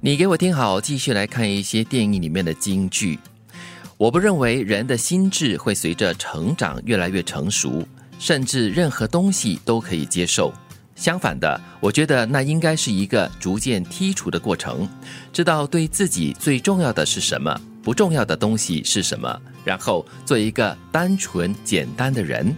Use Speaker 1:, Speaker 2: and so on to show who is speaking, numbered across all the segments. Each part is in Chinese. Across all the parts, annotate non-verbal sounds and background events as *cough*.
Speaker 1: 你给我听好，继续来看一些电影里面的金句。我不认为人的心智会随着成长越来越成熟，甚至任何东西都可以接受。相反的，我觉得那应该是一个逐渐剔除的过程，知道对自己最重要的是什么，不重要的东西是什么，然后做一个单纯简单的人。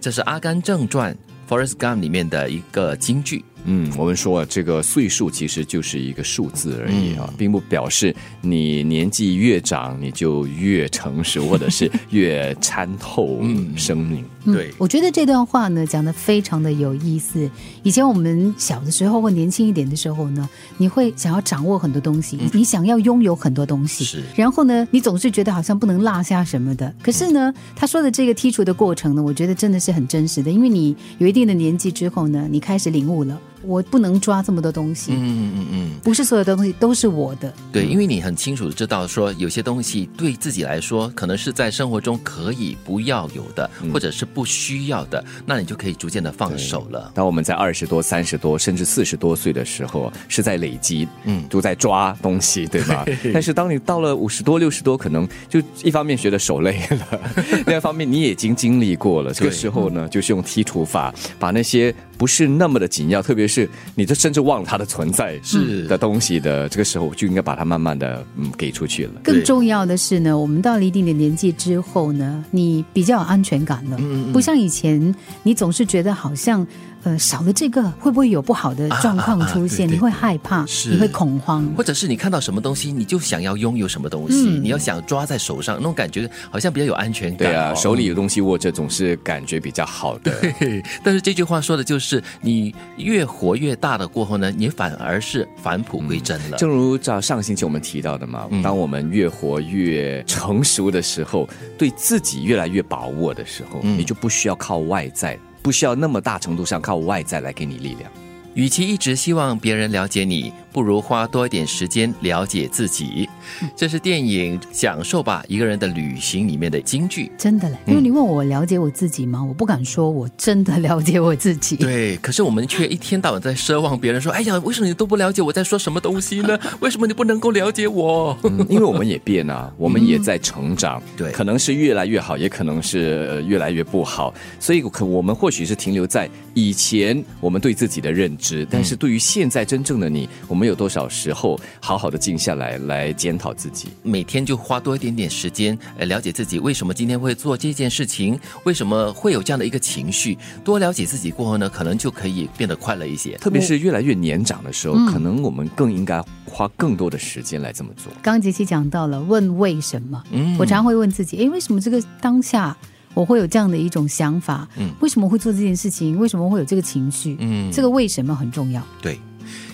Speaker 1: 这是《阿甘正传》（Forrest Gump） 里面的一个金句。
Speaker 2: 嗯，我们说啊，这个岁数其实就是一个数字而已啊，并不表示你年纪越长你就越成熟，或者是越参透生命。
Speaker 1: 对
Speaker 3: 我觉得这段话呢讲的非常的有意思。以前我们小的时候或年轻一点的时候呢，你会想要掌握很多东西，你想要拥有很多东
Speaker 1: 嗯
Speaker 3: 西，
Speaker 1: 是
Speaker 3: 然后呢，你总是觉得好像不能落下什么的。可是呢，他说的这个剔除的过程呢，我觉得真的是很真实的，因为你有一定的年纪之后呢，你开始领悟了，我不能抓这么多东西，
Speaker 1: 嗯嗯嗯。
Speaker 3: 不是所有的东西都是我的。
Speaker 1: 对，
Speaker 2: 嗯
Speaker 1: 因为你很清楚地知道说，有些东西对自己来说，可能是在生活中可以不要有的，
Speaker 2: 嗯
Speaker 1: 或者是不需要的，那你就可以逐渐的放手了。
Speaker 2: 当我们在二十多、三十多，甚至四十多岁的时候，是在累积，嗯，都在抓东西，对吧？但是当你到了五十多、六十多，可能就一方面觉得手累了，另一方面你已经经历过了。这个时候呢，就是用剔除法，把那些不是那么的紧要，特别是你就甚至忘了它的存在
Speaker 1: 是
Speaker 2: 的东西的，这个时候就应该把它慢慢的嗯给出去了。
Speaker 3: 更重要的是呢，我们到了一定的年纪之后呢，你比较有安全感
Speaker 1: 嗯
Speaker 3: 了，不像以前，你总是觉得好像。呃，少了这个会不会有不好的状况
Speaker 1: 啊啊啊
Speaker 3: 出现？
Speaker 1: 对对
Speaker 3: 你会害怕，
Speaker 1: 是
Speaker 3: 你会恐慌。
Speaker 2: 嗯
Speaker 1: 或者是你看到什么东西，你就想要拥有什么东西，你要想抓在手上，那种感觉好像比较有安全感、
Speaker 2: 对啊，
Speaker 1: 哦
Speaker 2: 手里有东西握着，总是感觉比较好的。
Speaker 1: 嘿 *laughs* 但是这句话说的就是，你越活越大的过后呢，你反而是返璞归真了。
Speaker 2: 正如照上星期我们提到的嘛，当我们越活越成熟的时候，对自己越来越把握的时候，你就不需要靠外在，不需要那么大程度上靠外在来给你力量。
Speaker 1: 与其一直希望别人了解你，不如花多一点时间了解自己。这是电影《享受吧，一个人的旅行》里面的金句。
Speaker 3: 真的嘞，
Speaker 1: 嗯
Speaker 3: 因为你问我了解我自己吗？我不敢说我真的了解我自己。
Speaker 1: 对，可是我们却一天到晚在奢望别人说：“哎呀，为什么你都不了解我在说什么东西 *laughs* 呢？为什么你不能够了解我
Speaker 2: 嗯因为我们也变啊，我们也在成长，
Speaker 1: 对
Speaker 2: 可能是越来越好，也可能是呃越来越不好，所以可我们或许是停留在以前我们对自己的认知，但是对于现在真正的你，我们有多少时候好好的静下来来检讨自己？”
Speaker 1: *laughs* 每天就花多一点点时间，呃，了解自己为什么今天会做这件事情，为什么会有这样的一个情绪。多了解自己过后呢，可能就可以变得快乐一些。
Speaker 2: 特别是越来越年长的时候，可能我们更应该花更多的时间来这么做。
Speaker 3: 刚刚杰西讲到了问为什么，
Speaker 1: 嗯
Speaker 3: 我常会问自己，诶，为什么这个当下我会有这样的一种想法？为什么会做这件事情？为什么会有这个情绪？
Speaker 1: 嗯
Speaker 3: 这个为什么很重要。
Speaker 1: 对，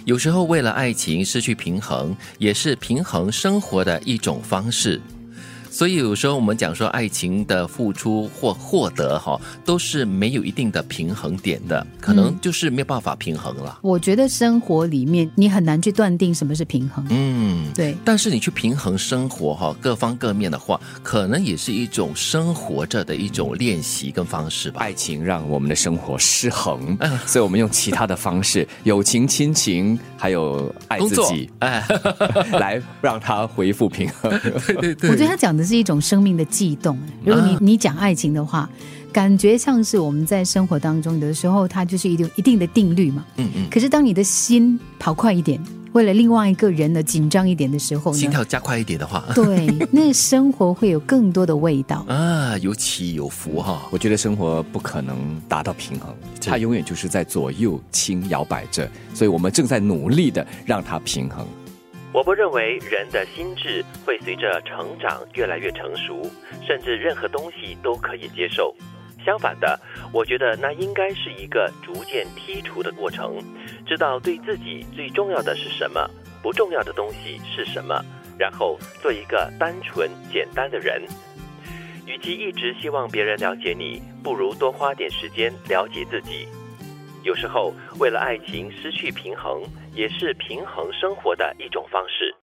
Speaker 1: 有时候为了爱情失去平衡，也是平衡生活的一种方式。所以有时候我们讲说，爱情的付出或获得哈，都是没有一定的平衡点的，可能就是没有办法平衡了。
Speaker 3: 我觉得生活里面你很难去断定什么是平衡。
Speaker 1: 嗯。
Speaker 3: 对，
Speaker 1: 但是你去平衡生活哈，各方各面的话，可能也是一种生活着的一种练习跟方式吧。
Speaker 2: 爱情让我们的生活失衡，所以我们用其他的方式，友情、亲情，还有爱
Speaker 1: 工
Speaker 2: 自
Speaker 1: 作
Speaker 2: 己，
Speaker 1: 哎，
Speaker 2: *laughs* 来让它恢复平衡。
Speaker 1: 对对啊
Speaker 3: 我觉得他讲的是一种生命的悸动。如果你、你讲爱情的话，感觉像是我们在生活当中有的时候，它就是一定一定的定律嘛。
Speaker 1: 嗯嗯，
Speaker 3: 可是当你的心跑快一点，为了另外一个人呢紧张一点的时候
Speaker 1: 心
Speaker 3: 呢，
Speaker 1: 跳加快一点的话
Speaker 3: 对，那生活会有更多的味道。
Speaker 1: 啊，有起有伏哈。
Speaker 2: 我觉得生活不可能达到平衡，它永远就是在左右轻摇摆着，所以我们正在努力的让它平衡。
Speaker 4: 我不认为人的心智会随着成长越来越成熟，甚至任何东西都可以接受。相反的，我觉得那应该是一个逐渐剔除的过程，知道对自己最重要的是什么，不重要的东西是什么，然后做一个单纯简单的人。与其一直希望别人了解你，不如多花点时间了解自己。有时候，为了爱情失去平衡，也是平衡生活的一种方式。